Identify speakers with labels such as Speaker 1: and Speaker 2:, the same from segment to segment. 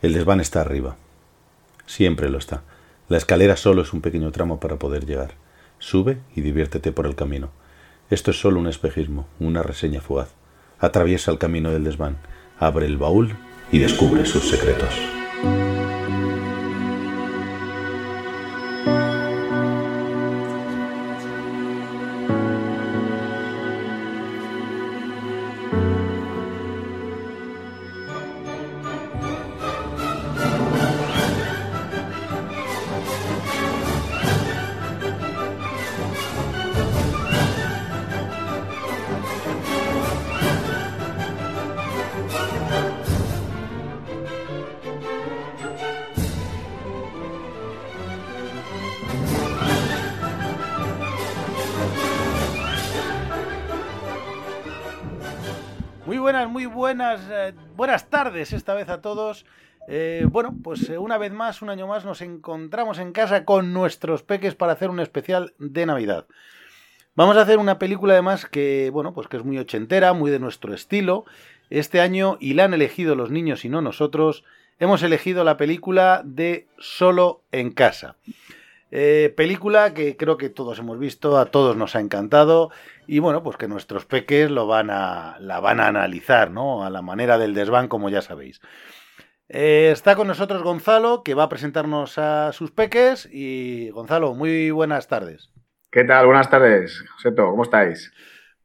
Speaker 1: El desván está arriba. Siempre lo está. La escalera solo es un pequeño tramo para poder llegar. Sube y diviértete por el camino. Esto es solo un espejismo, una reseña fugaz. Atraviesa el camino del desván, abre el baúl y descubre sus secretos.
Speaker 2: Muy buenas, muy buenas, eh, buenas tardes esta vez a todos. Eh, bueno, pues eh, una vez más, un año más, nos encontramos en casa con nuestros peques para hacer un especial de Navidad. Vamos a hacer una película además que, bueno, pues que es muy ochentera, muy de nuestro estilo. Este año, y la han elegido los niños y no nosotros, hemos elegido la película de Solo en casa. Eh, película que creo que todos hemos visto, a todos nos ha encantado y bueno, pues que nuestros peques lo van a, la van a analizar, ¿no? A la manera del desván, como ya sabéis. Eh, está con nosotros Gonzalo, que va a presentarnos a sus peques y Gonzalo, muy buenas tardes.
Speaker 3: ¿Qué tal? Buenas tardes, Joseto, ¿cómo estáis?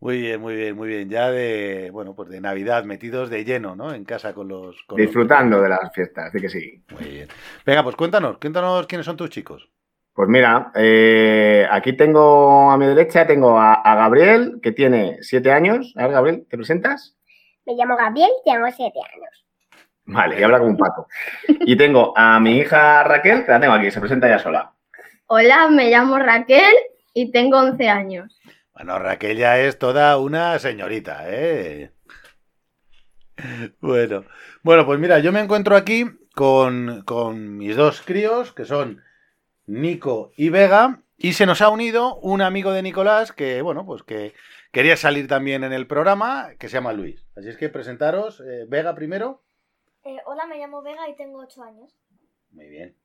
Speaker 2: Muy bien, muy bien, muy bien. Ya de, bueno, pues de Navidad metidos de lleno, ¿no? En casa con los... con los-
Speaker 3: Disfrutando de las fiestas, así que sí.
Speaker 2: Muy bien. Venga, pues cuéntanos, cuéntanos quiénes son tus chicos.
Speaker 3: Pues mira, eh, aquí tengo a mi derecha, tengo a, a Gabriel, que tiene siete años. A ver, Gabriel, ¿te presentas?
Speaker 4: Me llamo Gabriel, tengo 7 años.
Speaker 3: Vale, y habla como un pato. Y tengo a mi hija Raquel, que la tengo aquí, se presenta ya sola.
Speaker 5: Hola, me llamo Raquel y tengo 11 años.
Speaker 2: Bueno, Raquel ya es toda una señorita, ¿eh? Bueno, bueno, pues mira, yo me encuentro aquí con, con mis dos críos, que son Nico y Vega, y se nos ha unido un amigo de Nicolás que, bueno, pues que quería salir también en el programa, que se llama Luis. Así es que presentaros, eh, Vega primero.
Speaker 4: Eh, hola, me llamo Vega y tengo 8 años.
Speaker 2: Muy bien.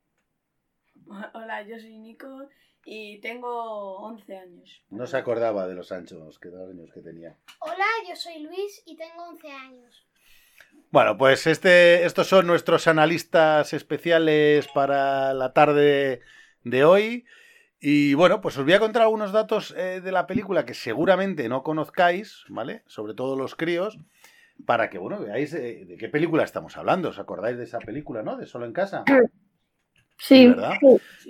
Speaker 6: Hola, yo soy Nico y tengo 11 años.
Speaker 2: No se acordaba de los anchos que, los años que tenía.
Speaker 4: Hola, yo soy Luis y tengo 11 años.
Speaker 2: Bueno, pues este, estos son nuestros analistas especiales para la tarde de hoy. Y bueno, pues os voy a contar algunos datos eh, de la película que seguramente no conozcáis, ¿vale? Sobre todo los críos, para que, bueno, veáis eh, de qué película estamos hablando. ¿Os acordáis de esa película, no? De Solo en Casa.
Speaker 5: Sí,
Speaker 2: ¿Verdad?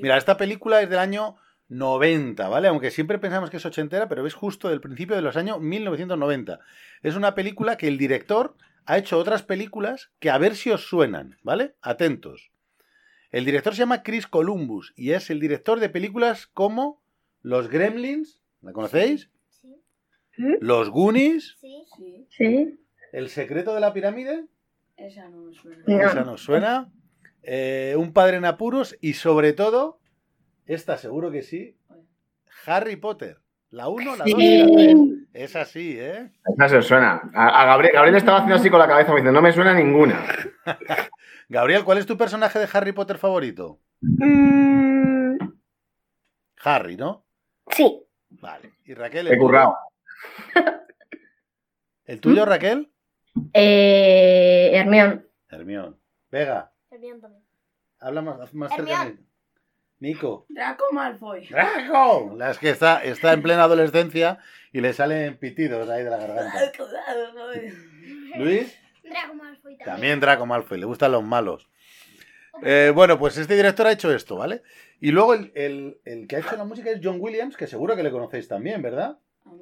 Speaker 2: Mira, esta película es del año 90, ¿vale? Aunque siempre pensamos que es ochentera, pero es justo del principio de los años 1990. Es una película que el director ha hecho otras películas que a ver si os suenan, ¿vale? Atentos. El director se llama Chris Columbus y es el director de películas como Los Gremlins, ¿la conocéis?
Speaker 4: Sí,
Speaker 2: Los Goonies,
Speaker 4: sí.
Speaker 6: Sí,
Speaker 5: sí.
Speaker 2: El secreto de la pirámide,
Speaker 6: esa no me suena.
Speaker 5: No.
Speaker 2: esa nos suena, eh, Un padre en apuros y sobre todo, esta seguro que sí, Harry Potter. La 1, la 2 y la 3. Es así, ¿eh?
Speaker 3: Esa se os suena. A, a Gabriel, Gabriel estaba haciendo así con la cabeza, me dice, no me suena ninguna.
Speaker 2: Gabriel, ¿cuál es tu personaje de Harry Potter favorito?
Speaker 4: Mm,
Speaker 2: Harry, ¿no?
Speaker 4: sí.
Speaker 2: Vale. ¿Y Raquel? el
Speaker 3: He
Speaker 2: tuyo?
Speaker 3: currado.
Speaker 2: ¿El tuyo, Raquel?
Speaker 5: Eh, Hermión.
Speaker 2: Hermión. Vega,
Speaker 4: También.
Speaker 2: habla más, más cerca.
Speaker 4: Hermión.
Speaker 2: de- Nico.
Speaker 6: Draco Malfoy.
Speaker 2: ¡Draco! La es que está, está en plena adolescencia y le salen pitidos ahí de la garganta. Luis.
Speaker 4: Draco Malfoy
Speaker 2: También Draco Malfoy, le gustan los malos. Eh, bueno, pues este director ha hecho esto, ¿vale? Y luego el, el- el que ha hecho la música es John Williams, que seguro que le conocéis también, ¿verdad?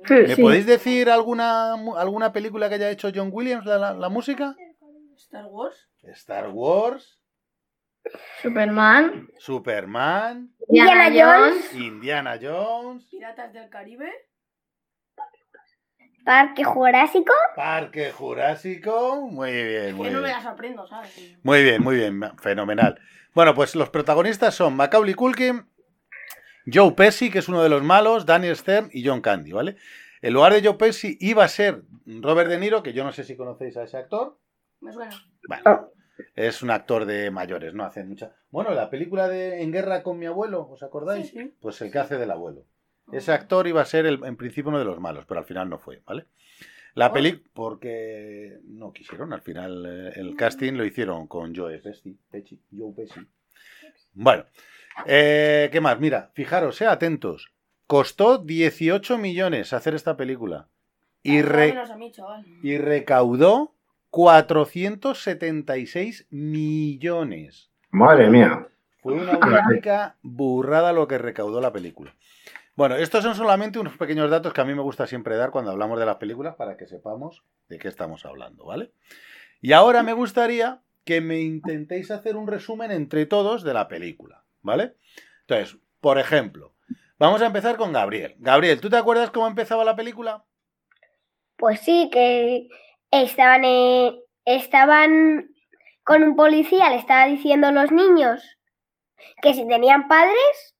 Speaker 5: Sí.
Speaker 2: ¿Me podéis decir alguna, mu- alguna película que haya hecho John Williams, la, la- la música?
Speaker 6: Star Wars.
Speaker 2: Star Wars,
Speaker 5: Superman.
Speaker 2: Superman,
Speaker 4: Indiana Jones.
Speaker 2: Indiana Jones,
Speaker 6: Piratas del
Speaker 2: Eh,
Speaker 6: Caribe.
Speaker 4: Parque Jurásico.
Speaker 2: Parque Jurásico. Muy bien, muy
Speaker 6: Que no me
Speaker 2: bien.
Speaker 6: las aprendo, ¿sabes?
Speaker 2: Muy bien, muy bien, fenomenal. Bueno, pues los protagonistas son Macaulay Culkin, Joe Pesci, que es uno de los malos, Daniel Stern y John Candy, ¿vale? El lugar de Joe Pesci iba a ser Robert De Niro, que yo no sé si conocéis a ese actor.
Speaker 6: Me suena.
Speaker 2: Vale. Es un actor de mayores, no hace mucha. Bueno, la película de En guerra con mi abuelo, ¿os acordáis?
Speaker 6: Sí,
Speaker 2: Pues el que hace del abuelo. Ese actor iba a ser el- en principio uno de los malos, pero al final no fue, ¿vale? La
Speaker 6: ¿Por?
Speaker 2: peli porque no quisieron, al final eh, el casting lo hicieron con Joe Pesci, Pesci, Joe Pesci. Bueno, eh, ¿qué más? Mira, fijaros, sea atentos. Costó 18 millones hacer esta película y,
Speaker 6: Ahora
Speaker 2: re-
Speaker 6: menos a mí, chaval.
Speaker 2: y recaudó 476 millones.
Speaker 3: Madre mía.
Speaker 2: Fue una auténtica burrada lo que recaudó la película. Bueno, estos son solamente unos pequeños datos que a mí me gusta siempre dar cuando hablamos de las películas para que sepamos de qué estamos hablando, ¿vale? Y ahora me gustaría que me intentéis hacer un resumen entre todos de la película, ¿vale? Entonces, por ejemplo, vamos a empezar con Gabriel. Gabriel, ¿tú te acuerdas cómo empezaba la película?
Speaker 4: Pues sí, que estaban, eh, estaban con un policía, le estaba diciendo a los niños que si tenían padres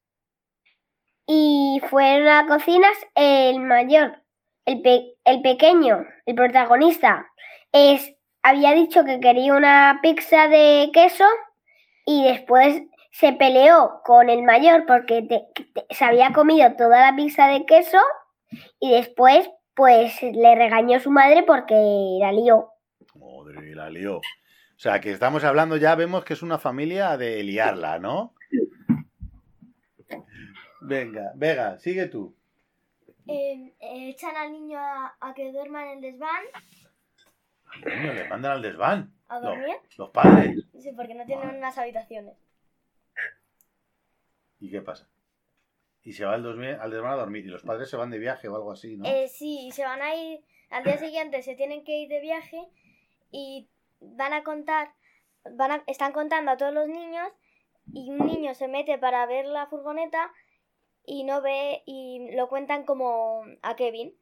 Speaker 4: y fueron a cocinas el mayor, el, pe- el pequeño, el protagonista. Es, había dicho que quería una pizza de queso y después se peleó con el mayor porque te- te- se había comido toda la pizza de queso y después pues le regañó su madre porque la lió.
Speaker 2: Madre, la lió. O sea, que estamos hablando ya, vemos que es una familia de liarla, ¿no? Venga, Vega, sigue tú.
Speaker 7: eh,
Speaker 4: echan al niño a, a que duerma en el desván
Speaker 2: Coño, le mandan al desván.
Speaker 4: a
Speaker 2: Los,
Speaker 4: dormir,
Speaker 2: los padres.
Speaker 4: sí, porque no tienen unas habitaciones.
Speaker 2: ¿Y qué pasa? Y se va al, dormi- al desván a dormir. Y los padres se van de viaje o algo así, ¿no?
Speaker 7: Eh, sí, y se van a ir, al día siguiente se tienen que ir de viaje y van a contar, van a- están contando a todos los niños y un niño se mete para ver la furgoneta y no ve y lo cuentan como a Kevin.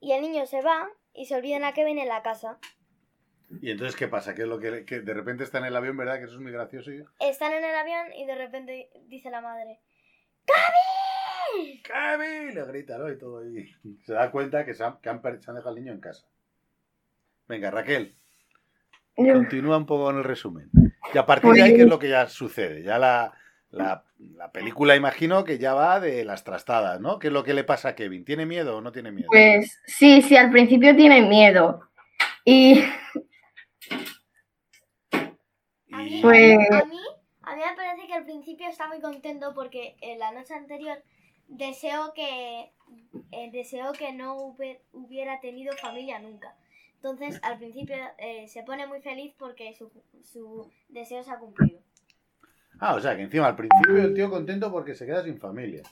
Speaker 7: Y el niño se va y se olvidan a Kevin en la casa.
Speaker 2: Y entonces, ¿qué pasa? Que es lo que, que de repente está en el avión, ¿verdad? Que eso es muy gracioso. Y...
Speaker 7: Están en el avión y de repente dice la madre,
Speaker 2: ¡Cami! Le grita, ¿no? Y todo. Y se da cuenta que se han, que han per- se han dejado al niño en casa. Venga, Raquel. Continúa un poco en el resumen. Y a partir de ahí, ¿qué
Speaker 6: Pues
Speaker 2: es lo que ya sucede? Ya la, la- la película, imagino que ya va de las trastadas, ¿no? ¿Qué es lo que le pasa a Kevin? ¿Tiene miedo o no tiene miedo?
Speaker 5: Pues sí, sí, al principio tiene miedo. Y
Speaker 7: A mí,
Speaker 2: Y-
Speaker 5: Pues-
Speaker 7: a mí, a mí me parece que al principio está muy contento porque eh, la noche anterior deseo que eh, deseo que no hube- hubiera tenido familia nunca. Entonces al principio eh, se pone muy feliz porque su, su deseo se ha cumplido.
Speaker 2: Ah, o sea, que encima al principio el tío contento porque se queda sin familia.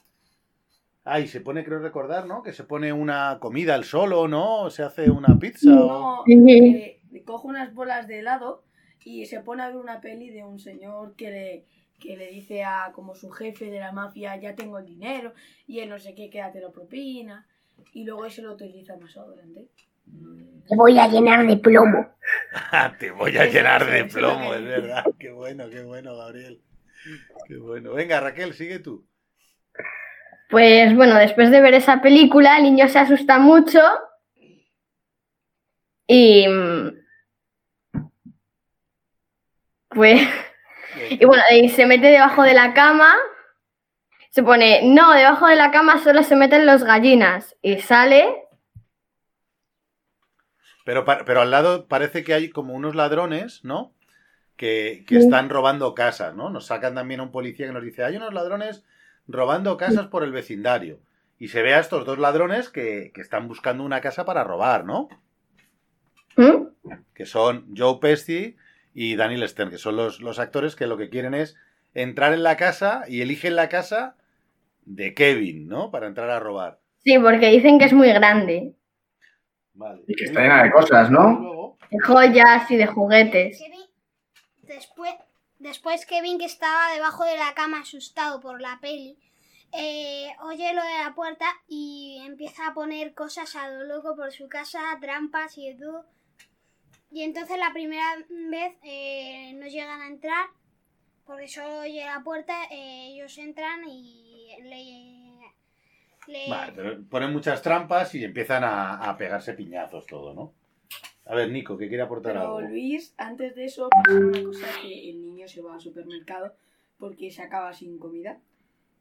Speaker 2: Ah, y se pone, creo recordar, ¿no? Que se pone una comida al solo, ¿no? O se hace una pizza o...
Speaker 6: No, eh, coge unas bolas de helado y se pone a ver una peli de un señor que le, que le dice a como su jefe de la mafia, ya tengo el dinero, y él no sé qué, quédate la propina. Y luego eso lo utiliza más adelante.
Speaker 4: Te voy a llenar de plomo.
Speaker 2: Ah, te voy a
Speaker 6: Eso,
Speaker 2: llenar
Speaker 6: eso,
Speaker 2: de
Speaker 6: eso es lo
Speaker 2: plomo,
Speaker 6: que
Speaker 2: es
Speaker 6: dice.
Speaker 2: verdad. Qué bueno, qué bueno, Gabriel. Qué bueno. Venga, Raquel, sigue tú.
Speaker 5: Pues bueno, después de ver esa película, el niño se asusta mucho y... mm, Pues... Y bueno, y se mete debajo de la cama, se pone, no, debajo de la cama solo se meten los gallinas y sale.
Speaker 2: Pero, pa- pero al lado parece que hay como unos ladrones, ¿no? Que, que
Speaker 5: Sí.
Speaker 2: están robando casas, ¿no? Nos sacan también a un policía que nos dice, hay unos ladrones robando casas por el vecindario. Y se ve a estos dos ladrones que, que están buscando una casa para robar, ¿no?
Speaker 5: ¿Mm?
Speaker 2: Que son Joe Pesci y Daniel Stern, que son los, los actores que lo que quieren es entrar en la casa y eligen la casa de Kevin, ¿no? Para entrar a robar.
Speaker 5: Sí, porque dicen que es muy grande,
Speaker 2: Vale.
Speaker 3: Y que está llena de cosas, ¿no?
Speaker 2: Y luego-
Speaker 5: de joyas y de juguetes.
Speaker 7: Kevin, después, después Kevin, que estaba debajo de la cama asustado por la peli, eh, oye lo de la puerta y empieza a poner cosas a lo loco por su casa, trampas y todo. Y entonces la primera vez eh, no llegan a entrar porque solo oye la puerta, eh, ellos entran y le... le-
Speaker 2: Vale, pero ponen muchas trampas y empiezan a, a pegarse piñazos todo, ¿no? A ver, Nico, que quiere aportar
Speaker 6: Pero
Speaker 2: algo.
Speaker 6: Luis, antes de eso, pasa una cosa que el niño se va al supermercado porque se acaba sin comida.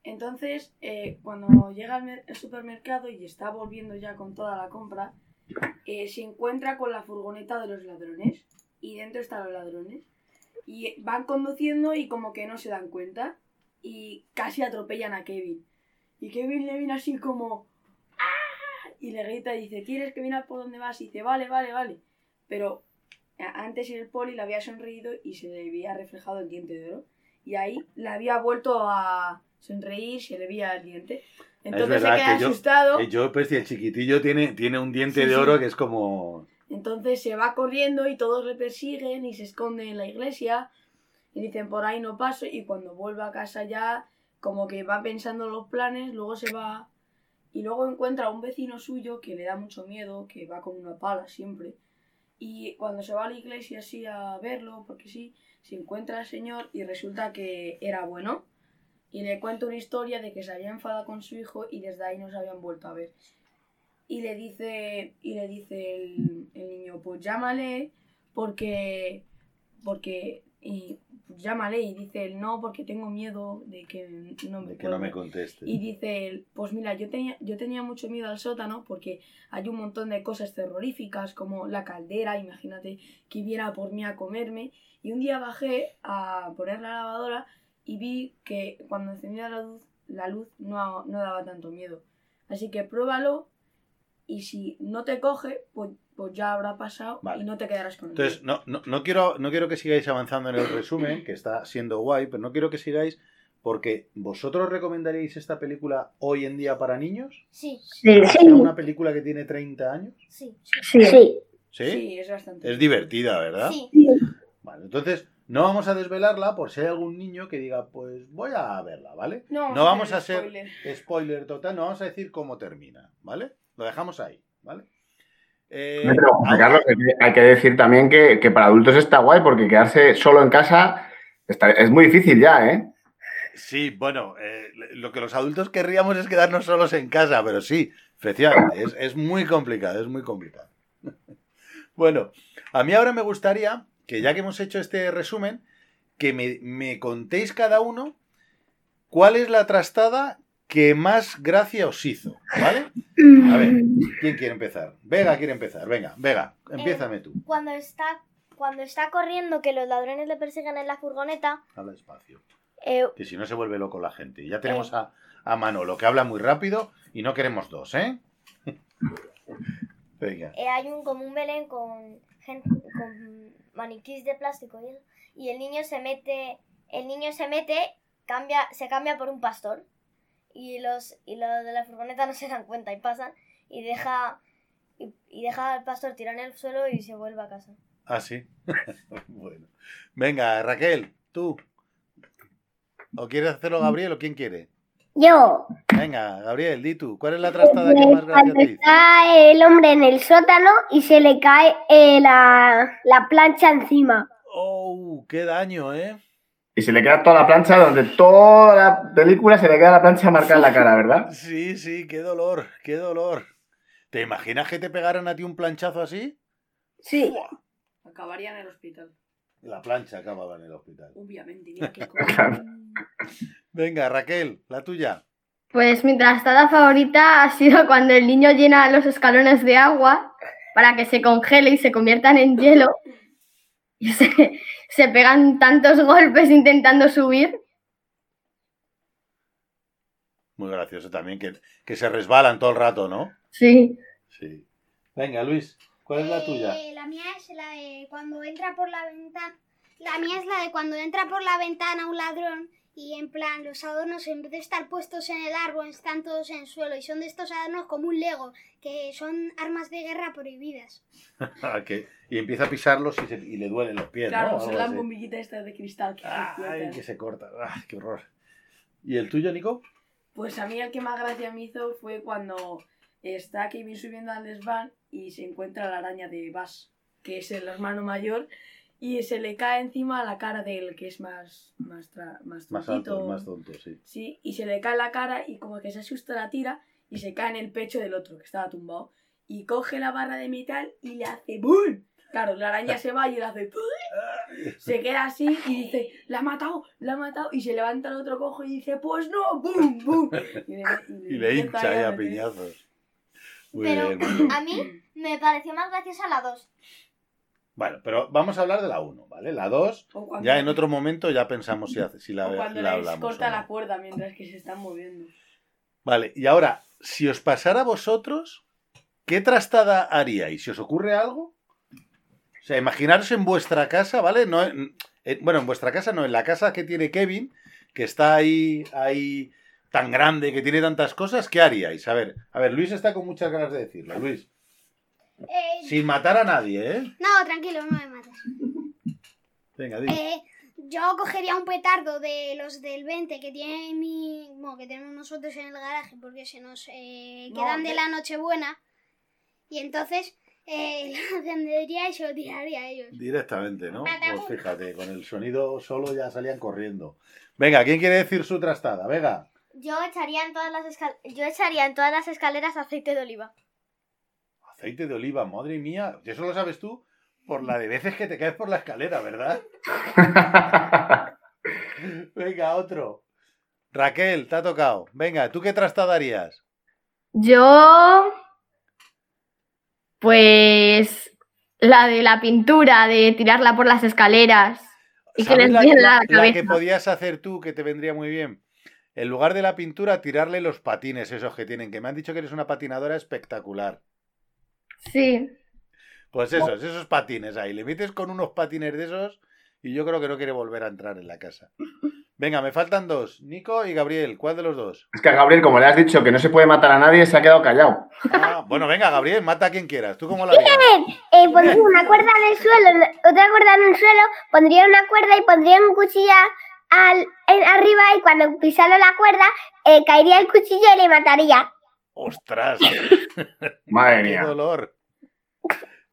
Speaker 6: Entonces, eh, cuando llega al mer- al supermercado y está volviendo ya con toda la compra, eh, se encuentra con la furgoneta de los ladrones y dentro están los ladrones. Y van conduciendo y como que no se dan cuenta y casi atropellan a Kevin. Y Kevin le viene así como... "¡Ah!", Y le grita y dice, ¿quieres que viene por dónde vas? Y dice, vale, vale, vale. Pero a- antes el poli le había sonreído y se le había reflejado el diente de oro. Y ahí le había vuelto a sonreír, se le veía el diente. Entonces se
Speaker 2: verdad
Speaker 6: queda
Speaker 2: que yo-
Speaker 6: asustado.
Speaker 2: Eh, Yo, pues, si el chiquitillo tiene, tiene un diente
Speaker 6: Sí,
Speaker 2: de
Speaker 6: sí.
Speaker 2: oro que es como.
Speaker 6: Entonces se va corriendo y todos le persiguen y se esconde en la iglesia y dicen por ahí no paso y cuando vuelve a casa ya como que va pensando los planes, luego se va y luego encuentra a un vecino suyo que le da mucho miedo, que va con una pala siempre y cuando se va a la iglesia así a verlo, porque sí, se encuentra al señor y resulta que era bueno y le cuenta una historia de que se había enfadado con su hijo y desde ahí no se habían vuelto a ver y le dice y le dice el, el niño pues llámale porque porque y pues, llámale y dice él no porque tengo miedo de que no me,
Speaker 2: de que no me
Speaker 6: cuelgue".
Speaker 2: conteste.
Speaker 6: y dice él pues mira yo tenía yo tenía mucho miedo al sótano porque hay un montón de cosas terroríficas como la caldera imagínate que viera por mí a comerme y un día bajé a poner la lavadora y vi que cuando encendía la luz la luz no, no daba tanto miedo así que pruébalo y si no te coge, pues, pues ya habrá pasado
Speaker 2: Vale.
Speaker 6: y no te quedarás con el
Speaker 2: Entonces,
Speaker 6: miedo.
Speaker 2: no, no, no quiero, no quiero que sigáis avanzando en el resumen, que está siendo guay, pero no quiero que sigáis porque vosotros recomendaríais esta película hoy en día para niños.
Speaker 7: Sí,
Speaker 5: Sí,
Speaker 2: ¿Es una película que tiene 30 años.
Speaker 7: sí,
Speaker 4: Sí.
Speaker 5: sí.
Speaker 2: ¿Sí?
Speaker 6: Sí, es bastante.
Speaker 2: Es divertida, ¿verdad?
Speaker 7: sí.
Speaker 2: Vale, entonces no vamos a desvelarla por si hay algún niño que diga, pues voy a verla, ¿vale?
Speaker 6: vamos
Speaker 2: no vamos
Speaker 6: hacer
Speaker 2: a ser-
Speaker 6: spoiler.
Speaker 2: Spoiler total, no vamos a decir cómo termina, ¿vale? Lo dejamos ahí, ¿vale? Eh,
Speaker 3: No, pero, Juan Carlos, hay que- hay que decir también que, que para adultos está guay porque quedarse solo en casa está- es muy difícil ya, ¿eh?
Speaker 2: Sí, bueno, eh, lo que los adultos querríamos es quedarnos solos en casa, pero sí, efectivamente, es, es muy complicado, es muy complicado. bueno, a mí ahora me gustaría que ya que hemos hecho este resumen, que me, me contéis cada uno cuál es la trastada que más gracia os hizo, ¿vale? A ver, ¿quién quiere empezar? Vega quiere empezar, venga, Vega, empiézame tú.
Speaker 7: Cuando está, cuando está corriendo, que los ladrones le persiguen en la furgoneta,
Speaker 2: Habla despacio,
Speaker 7: eh,
Speaker 2: que si no se vuelve loco la gente. Y Ya tenemos a, a Manolo, que habla muy rápido y no queremos dos, ¿eh? Venga.
Speaker 7: eh, hay un como un Belén con, gen- con maniquís de plástico y, eso, y el niño se mete, el niño se mete, cambia, se cambia por un pastor y los y los de la furgoneta no se dan cuenta y pasan y deja y, y deja al pastor tirado en el suelo y se vuelve a casa.
Speaker 2: Ah, sí. bueno. Venga, Raquel, tú. ¿O quieres hacerlo Gabriel o quién quiere?
Speaker 4: Yo,
Speaker 2: Venga, Gabriel, di tú. ¿Cuál es la trastada que más gracia
Speaker 4: cuando
Speaker 2: te hizo?
Speaker 4: está el hombre en el sótano y se le cae eh, la, la plancha encima.
Speaker 2: ¡Oh, qué daño, eh!
Speaker 3: Y se le queda toda la plancha donde toda la película se le queda la plancha marcada en la cara, ¿verdad?
Speaker 2: Sí, sí, qué dolor, qué dolor. ¿Te imaginas que te pegaran a ti un planchazo así?
Speaker 4: Sí.
Speaker 6: Acabaría en el hospital,
Speaker 2: La plancha acababa en el hospital.
Speaker 6: obviamente. mira qué
Speaker 3: Claro.
Speaker 6: cosa.
Speaker 2: Venga, Raquel, la tuya.
Speaker 5: Pues mi trastada favorita ha sido cuando el niño llena los escalones de agua para que se congele y se conviertan en hielo. Y se, se pegan tantos golpes intentando subir.
Speaker 2: Muy gracioso también, que, que se resbalan todo el rato, ¿no?
Speaker 5: Sí.
Speaker 2: Sí. Venga, Luis, ¿cuál es la tuya?
Speaker 7: Eh, la mía es la de cuando entra por la ventana. La mía es la de cuando entra por la ventana un ladrón y en plan los adornos en vez de estar puestos en el árbol están todos en el suelo y son de estos adornos como un lego que son armas de guerra prohibidas.
Speaker 2: Ah, que- y empieza a pisarlos y, se- y le duelen los pies,
Speaker 6: Claro, pues
Speaker 2: ¿no?
Speaker 6: son
Speaker 2: Algo
Speaker 6: las
Speaker 2: así.
Speaker 6: bombillitas estas de cristal que
Speaker 2: Ay,
Speaker 6: explotan.
Speaker 2: que se corta. Ah, qué horror. ¿Y el tuyo, Nico?
Speaker 6: Pues a mí el que más gracia me hizo fue cuando está Kevin subiendo al desván y se encuentra la araña de Bass, que es el hermano mayor, y se le cae encima la cara del que es más más tra- más,
Speaker 2: Más
Speaker 6: tontito.
Speaker 2: alto, más tonto, sí.
Speaker 6: Sí, y se le cae la cara y como que se asusta la tira y se cae en el pecho del otro que estaba tumbado. Y coge la barra de metal y le hace ¡BOOM! Claro, la araña se va y él hace. Se queda así y dice, la ha matado, la ha matado. Y se levanta el otro cojo y dice, pues no, ¡bum, bum! Y le,
Speaker 1: Y le
Speaker 6: intenta
Speaker 1: hincha ahí a
Speaker 6: meter.
Speaker 1: piñazos. Muy
Speaker 7: Pero
Speaker 1: bien, muy bien.
Speaker 7: a mí me pareció más graciosa la 2.
Speaker 2: Bueno, pero vamos a hablar de la 1, ¿vale? La 2,
Speaker 6: O cuando-
Speaker 2: ya en otro momento ya pensamos si, hace- si la,
Speaker 6: o cuando
Speaker 2: la
Speaker 6: les
Speaker 2: hablamos.
Speaker 6: corta
Speaker 2: o no.
Speaker 6: la cuerda mientras que se están moviendo.
Speaker 2: Vale, y ahora, si os pasara a vosotros, ¿qué trastada haríais? ¿Si os ocurre algo? O sea, imaginaros en vuestra casa, ¿vale? No, en- en- bueno, en vuestra casa no, en la casa que tiene Kevin, que está ahí, ahí tan grande, que tiene tantas cosas, ¿qué haríais? A ver, a ver, Luis está con muchas ganas de decirlo. Luis, sin matar a nadie, ¿eh?
Speaker 7: Eh, No, tranquilo, no me mates.
Speaker 2: Venga, di.
Speaker 7: Eh, yo cogería un petardo de los del 20 que tiene mi. Bueno, que tenemos nosotros en el garaje porque se nos eh,
Speaker 6: No,
Speaker 7: quedan
Speaker 6: de-
Speaker 7: de la Nochebuena. Y entonces eh, lo encendería y se lo tiraría a ellos.
Speaker 2: Directamente, ¿no?
Speaker 7: Mata
Speaker 2: Pues fíjate, con el sonido solo ya salían corriendo. Venga, ¿quién quiere decir su trastada? Venga.
Speaker 8: Yo echaría en todas las escal- yo echaría en todas las escaleras aceite de oliva.
Speaker 2: Aceite de oliva, madre mía. Eso lo sabes tú por la de veces que te caes por la escalera, ¿verdad? Venga, otro. Raquel, te ha tocado. Venga, ¿tú qué trastada harías?
Speaker 5: Yo. Pues. La de la pintura, de tirarla por las escaleras. Y que
Speaker 2: ¿Sabes
Speaker 5: les den la, cabeza.
Speaker 2: que podías hacer tú, que te vendría muy bien. En lugar de la pintura, tirarle los patines esos que tienen, que me han dicho que eres una patinadora espectacular.
Speaker 5: Sí.
Speaker 2: Pues esos, esos patines ahí. Le metes con unos patines de esos y yo creo que no quiere volver a entrar en la casa. Venga, me faltan dos. Nico y Gabriel. ¿Cuál de los dos?
Speaker 3: Es que a Gabriel, como le has dicho que no se puede matar a nadie, se ha quedado callado.
Speaker 2: Ah, bueno, venga, Gabriel, mata a quien quieras. ¿Tú cómo la harías?
Speaker 4: Eh, pondría una cuerda en el suelo, otra cuerda en el suelo, pondría una cuerda y pondría un cuchillo al, en- arriba y cuando pisara la cuerda eh, caería el cuchillo y le mataría.
Speaker 2: ¡Ostras!
Speaker 3: Madre
Speaker 2: ¡Qué
Speaker 3: mía.
Speaker 2: dolor!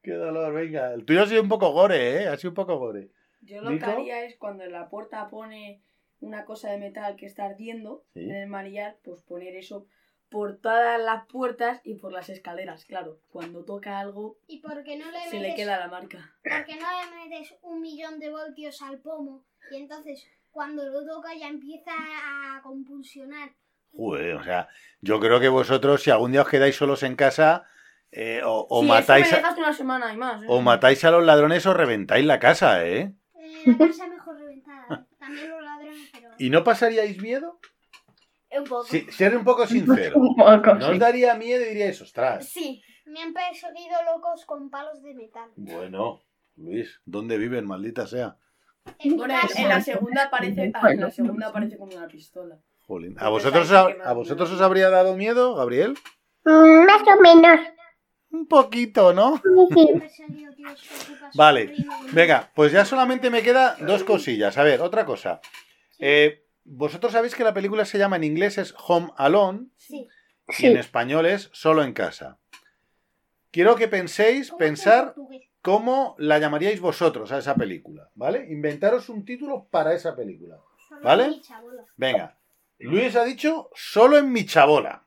Speaker 2: ¡Qué dolor! Venga, el tuyo ha sido un poco gore, ¿eh? Ha sido un poco gore.
Speaker 6: Yo lo
Speaker 2: ¿Nico?
Speaker 6: que haría es cuando en la puerta pone una cosa de metal que está ardiendo
Speaker 2: Sí.
Speaker 6: en el manillar, pues poner eso por todas las puertas y por las escaleras, claro. Cuando toca algo,
Speaker 7: ¿Y por qué no le
Speaker 6: se le
Speaker 7: metes-
Speaker 6: queda la marca.
Speaker 7: por qué no le metes un millón de voltios al pomo? Y entonces cuando lo toca ya empieza a compulsionar.
Speaker 2: Joder, o sea, yo creo que vosotros, si algún día os quedáis solos en casa eh, o, o
Speaker 6: Sí, eso
Speaker 2: matáis
Speaker 6: me
Speaker 2: a,
Speaker 6: dejas una semana y más. ¿eh?
Speaker 2: o matáis a los ladrones o reventáis la casa, ¿eh?
Speaker 7: Eh, la casa mejor reventada. ¿eh? También los ladrones, pero.
Speaker 2: ¿Y no pasaríais miedo?
Speaker 8: Un poco.
Speaker 2: Sí, ser un poco sincero.
Speaker 5: Un poco.
Speaker 2: ¿No os
Speaker 5: sí.
Speaker 2: daría miedo y diríais, ostras?
Speaker 8: Sí.
Speaker 7: Me han perseguido locos con palos de metal.
Speaker 2: Bueno, Luis, ¿dónde viven, maldita sea?
Speaker 7: En mi
Speaker 6: Bueno,
Speaker 7: casa.
Speaker 6: en, en la segunda aparece, ah, en la segunda aparece con una pistola.
Speaker 2: Jolín. ¿A
Speaker 6: Entonces
Speaker 2: vosotros,
Speaker 6: ahí sí
Speaker 2: os-
Speaker 6: que me-
Speaker 2: ¿A vosotros os habría dado miedo, Gabriel?
Speaker 4: Mm, más o menos.
Speaker 2: Un poquito, ¿no?
Speaker 7: Me han perseguido, tío, se ocupa su
Speaker 2: Vale,
Speaker 7: primo con-
Speaker 2: Venga, pues ya solamente me queda dos cosillas. A ver, otra cosa. Eh, vosotros sabéis que la película se llama en inglés es Home Alone
Speaker 7: Sí.
Speaker 2: y en español es Solo en casa. Quiero que penséis,
Speaker 7: ¿Cómo es en
Speaker 2: pensar
Speaker 7: este portugués?
Speaker 2: cómo la llamaríais vosotros a esa película, ¿vale? Inventaros un título para esa película.
Speaker 7: Solo
Speaker 2: ¿Vale?
Speaker 7: mi chabola.
Speaker 2: Venga, Luis ha dicho solo en mi chabola.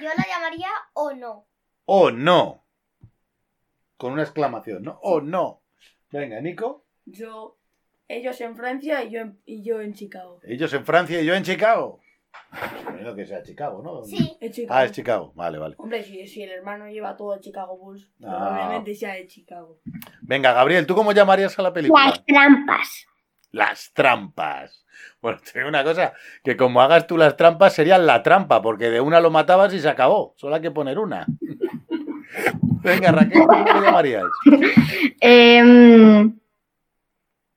Speaker 8: Yo la llamaría o no.
Speaker 2: O no. Con una exclamación, ¿no? O no. Venga, Nico.
Speaker 6: Yo, ellos en Francia y yo en, y yo en Chicago.
Speaker 2: Ellos en Francia y yo en Chicago. Menos que sea Chicago, ¿no?
Speaker 7: Sí.
Speaker 6: En Chicago.
Speaker 2: Ah, es Chicago. Vale, vale.
Speaker 6: Hombre, si, si el hermano lleva todo a Chicago Bulls,
Speaker 2: Ah.
Speaker 6: probablemente sea de Chicago.
Speaker 2: Venga, Gabriel, ¿tú cómo llamarías a la película?
Speaker 4: Las trampas.
Speaker 2: Las trampas. Bueno, te digo una cosa, que como hagas tú las trampas serían la trampa, porque de una lo matabas y se acabó. Solo hay que poner una. Venga, Raquel, ¿tú ¿cómo lo llamarías?
Speaker 5: Em,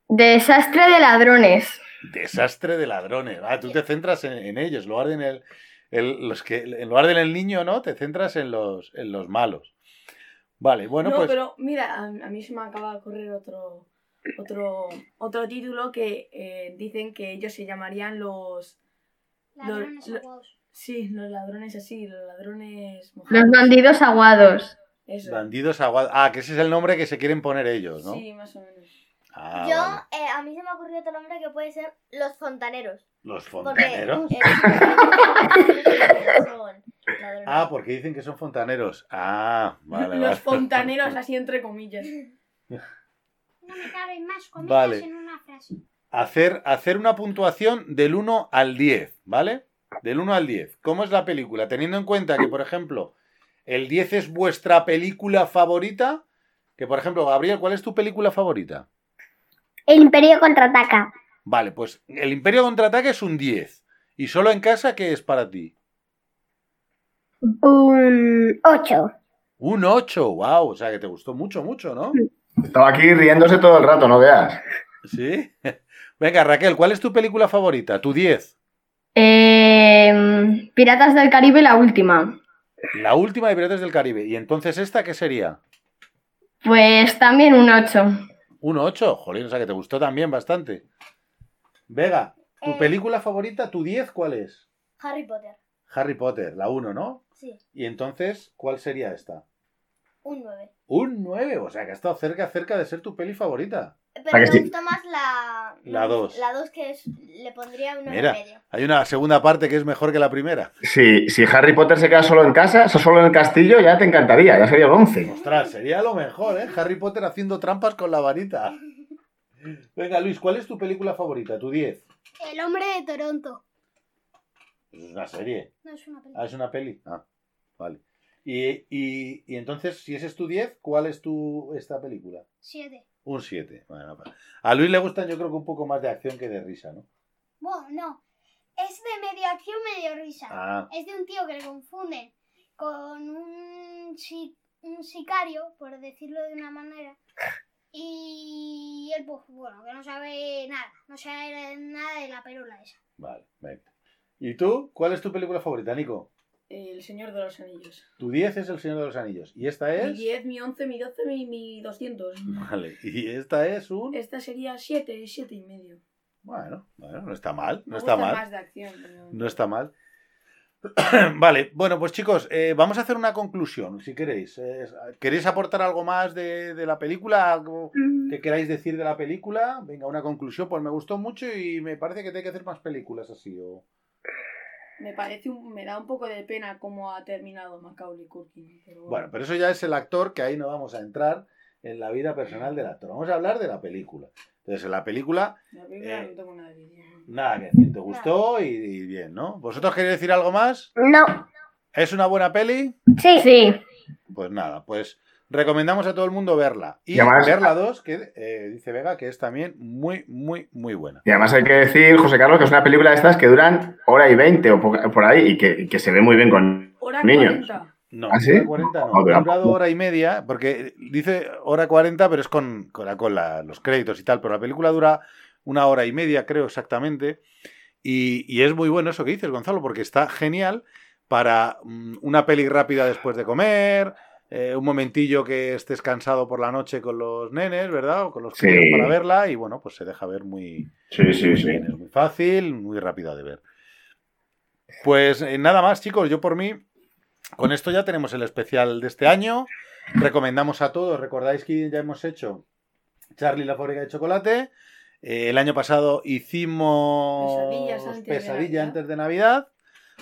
Speaker 5: desastre de ladrones.
Speaker 2: Desastre de ladrones. Ah, tú te centras en, en ellos, lo arden el, el- los que, en lugar del el niño, ¿no? Te centras en los, en los malos. Vale, bueno,
Speaker 6: no,
Speaker 2: pues.
Speaker 6: pero mira, a, a mí se me acaba de correr otro, otro, otro título que eh, dicen que ellos se llamarían los...
Speaker 7: Ladrones
Speaker 6: Lo- lo-
Speaker 7: aguados.
Speaker 6: Sí, los ladrones así, los ladrones
Speaker 5: Los
Speaker 6: mojados.
Speaker 5: bandidos aguados.
Speaker 6: Eso.
Speaker 2: Bandidos aguados. Ah, que ese es el nombre que se quieren poner ellos, ¿no?
Speaker 6: Sí, más o menos.
Speaker 2: Ah,
Speaker 8: yo
Speaker 2: vale.
Speaker 8: eh, a mí se me ha ocurrido otro nombre que puede ser los fontaneros.
Speaker 2: Los
Speaker 8: Porque
Speaker 2: fontaneros.
Speaker 8: eh, los fontaneros son
Speaker 6: ladrones.
Speaker 2: Ah, porque dicen que son fontaneros. Ah, vale.
Speaker 6: Los
Speaker 2: vale.
Speaker 6: fontaneros, así entre comillas.
Speaker 7: No me caben más comidas
Speaker 2: Vale.
Speaker 7: en una frase.
Speaker 2: Hacer, hacer una puntuación del 1 al 10, ¿vale? Del 1 al 10. ¿Cómo es la película? Teniendo en cuenta que, por ejemplo, el 10 es vuestra película favorita. Que, por ejemplo, Gabriel, ¿cuál es tu película favorita?
Speaker 4: El Imperio contraataca.
Speaker 2: Vale, pues el Imperio Contraataque es un 10. ¿Y solo en casa qué es para ti?
Speaker 4: Un 8.
Speaker 2: Un 8, wow. O sea, que te gustó mucho, mucho, ¿no?
Speaker 3: Estaba aquí riéndose todo el rato, no veas.
Speaker 2: Sí. Venga, Raquel, ¿cuál es tu película favorita? Tu 10.
Speaker 5: Eh, Piratas del Caribe, la última.
Speaker 2: La última de Piratas del Caribe. ¿Y entonces esta qué sería?
Speaker 5: Pues también un 8.
Speaker 2: Un 8. Jolín, o sea que te gustó también bastante. Vega, ¿tu
Speaker 8: Eh.
Speaker 2: película favorita, tu 10, cuál es?
Speaker 8: Harry Potter.
Speaker 2: Harry Potter, la 1, ¿no?
Speaker 8: Sí.
Speaker 2: Y entonces, ¿cuál sería esta?
Speaker 8: Un 9.
Speaker 2: Un 9, o sea que ha estado cerca, cerca de ser tu peli favorita.
Speaker 8: Pero me
Speaker 3: que sí?
Speaker 8: gusta más la...
Speaker 2: La dos.
Speaker 8: La 2 que es... le pondría un 9
Speaker 2: Mira.
Speaker 8: medio.
Speaker 2: Hay una segunda parte que es mejor que la primera.
Speaker 3: Si, si Harry Potter se queda solo en casa, o solo en el castillo, ya te encantaría, ya sería el 11.
Speaker 2: Ostras, sería lo mejor, ¿eh? Harry Potter haciendo trampas con la varita. Venga, Luis, ¿cuál es tu película favorita? Tu 10.
Speaker 7: El hombre de Toronto.
Speaker 2: Pues es una serie.
Speaker 7: No es una película.
Speaker 2: Ah, es una peli. Ah, vale. Y, y- y entonces, si ese es tu 10, ¿cuál es tu esta película?
Speaker 7: Siete.
Speaker 2: Un 7. Bueno, pa- a Luis le gustan yo creo que un poco más de acción que de risa, ¿no?
Speaker 7: Bueno, no. Es de medio acción, medio risa.
Speaker 2: Ah,
Speaker 7: Es de un tío que le confunden con un, si- un sicario, por decirlo de una manera. Y él, pues bueno, que no sabe nada. No sabe nada de la perola esa.
Speaker 2: vale, venga. ¿Y tú? ¿Cuál es tu película favorita, Nico?
Speaker 6: El Señor de los Anillos.
Speaker 2: Tu 10 es El Señor de los Anillos. ¿Y esta
Speaker 6: Mi
Speaker 2: es?
Speaker 6: 10, mi 11, mi 12, mi, mi 200.
Speaker 2: Vale, y esta es un...
Speaker 6: Esta sería 7, 7 y medio.
Speaker 2: Bueno, bueno, no está mal,
Speaker 6: Me
Speaker 2: no está
Speaker 6: gusta
Speaker 2: mal.
Speaker 6: más de acción. pero-
Speaker 2: No está mal. vale, bueno, pues chicos, eh, vamos a hacer una conclusión, si queréis. Eh, ¿Queréis aportar algo más de, de la película? ¿Algo que queráis decir de la película? Venga, una conclusión, pues me gustó mucho y me parece que hay que hacer más películas así. O...
Speaker 6: Me parece un- me da un poco de pena cómo ha terminado Macaulay Culkin. Pero
Speaker 2: Bueno, pero eso ya es el actor, que ahí no vamos a entrar en la vida personal del actor. Vamos a hablar de la película. Entonces, en la película,
Speaker 6: la película
Speaker 2: eh,
Speaker 6: no tengo nada de vídeo.
Speaker 2: nada que decir, te gustó y, y bien, ¿no? ¿Vosotros queréis decir algo más?
Speaker 4: No.
Speaker 2: ¿Es una buena peli?
Speaker 4: Sí.
Speaker 5: Sí.
Speaker 2: Pues nada, pues recomendamos a todo el mundo verla. Y
Speaker 3: Y además-
Speaker 2: verla 2, que eh, dice Vega, que es también muy, muy, muy buena.
Speaker 3: Y además hay que decir, José Carlos, que es una película de estas que duran hora y veinte o po- por ahí y que, y que se ve muy bien con...
Speaker 6: Hora
Speaker 3: Niños.
Speaker 6: 40.
Speaker 2: No,
Speaker 3: ¿Ah, sí?
Speaker 2: hora 40 no.
Speaker 3: Ah,
Speaker 2: Ha
Speaker 3: claro.
Speaker 2: durado hora y media, porque dice hora 40, pero es con, con, la- con la- los créditos y tal. Pero la película dura una hora y media, creo exactamente. Y, y es muy bueno eso que dices, Gonzalo, porque está genial para mm, una peli rápida después de comer, eh, un momentillo que estés cansado por la noche con los nenes, ¿verdad? O con los
Speaker 3: Sí.
Speaker 2: críos para verla. Y bueno, pues se deja ver muy,
Speaker 3: Sí, sí,
Speaker 2: muy bien, es muy fácil, muy rápida de ver. Pues eh, nada más, chicos. Yo por mí, con esto ya tenemos el especial de este año. Recomendamos a todos. Recordáis que ya hemos hecho Charlie la fábrica de chocolate. Eh, el año pasado hicimos
Speaker 6: Pesadillas antes de
Speaker 2: Pesadilla
Speaker 6: Navidad.
Speaker 2: antes de Navidad.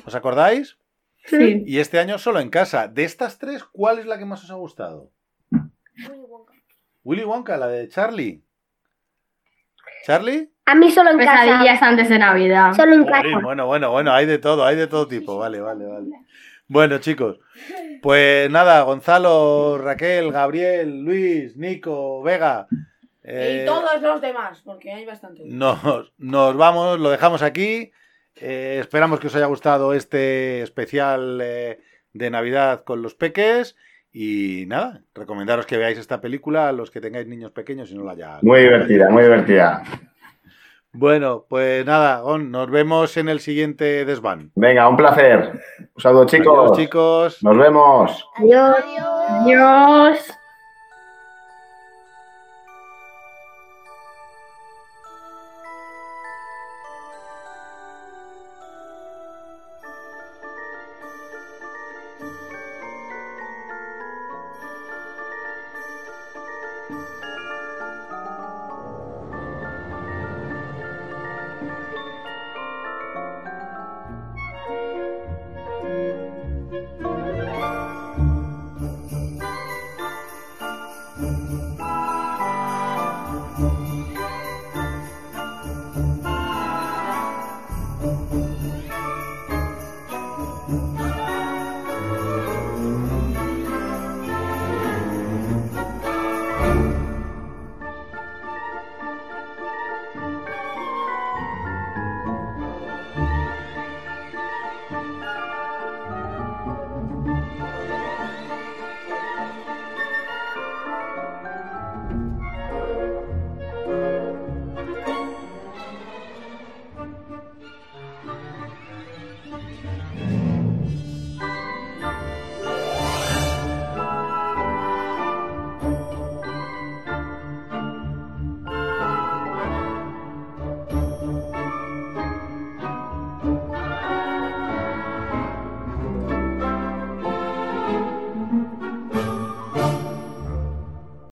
Speaker 2: ¿Os acordáis?
Speaker 5: Sí.
Speaker 2: Y este año solo en casa. De estas tres, ¿cuál es la que más os ha gustado? Willy Wonka, la de Charlie. ¿Charlie?
Speaker 4: A mí solo en casa.
Speaker 5: Pesadillas antes de Navidad.
Speaker 4: Solo en
Speaker 2: Jolín,
Speaker 4: casa.
Speaker 2: bueno, bueno, bueno, hay de todo, hay de todo tipo. Vale, vale, vale. Bueno, chicos, pues nada, Gonzalo, Raquel, Gabriel, Luis, Nico, Vega. eh,
Speaker 6: Y todos los demás, porque hay bastante.
Speaker 2: nos, nos vamos, lo dejamos aquí. Eh, esperamos que os haya gustado este especial eh, de Navidad con los peques. Y nada, recomendaros que veáis esta película a los que tengáis niños pequeños y no la ya.
Speaker 3: Muy divertida, muy divertida.
Speaker 2: Bueno, pues nada, Gon, nos vemos en el siguiente desván.
Speaker 3: Venga, un placer. Un saludo, chicos.
Speaker 2: Adiós, chicos.
Speaker 3: Nos vemos.
Speaker 4: Adiós.
Speaker 5: Adiós.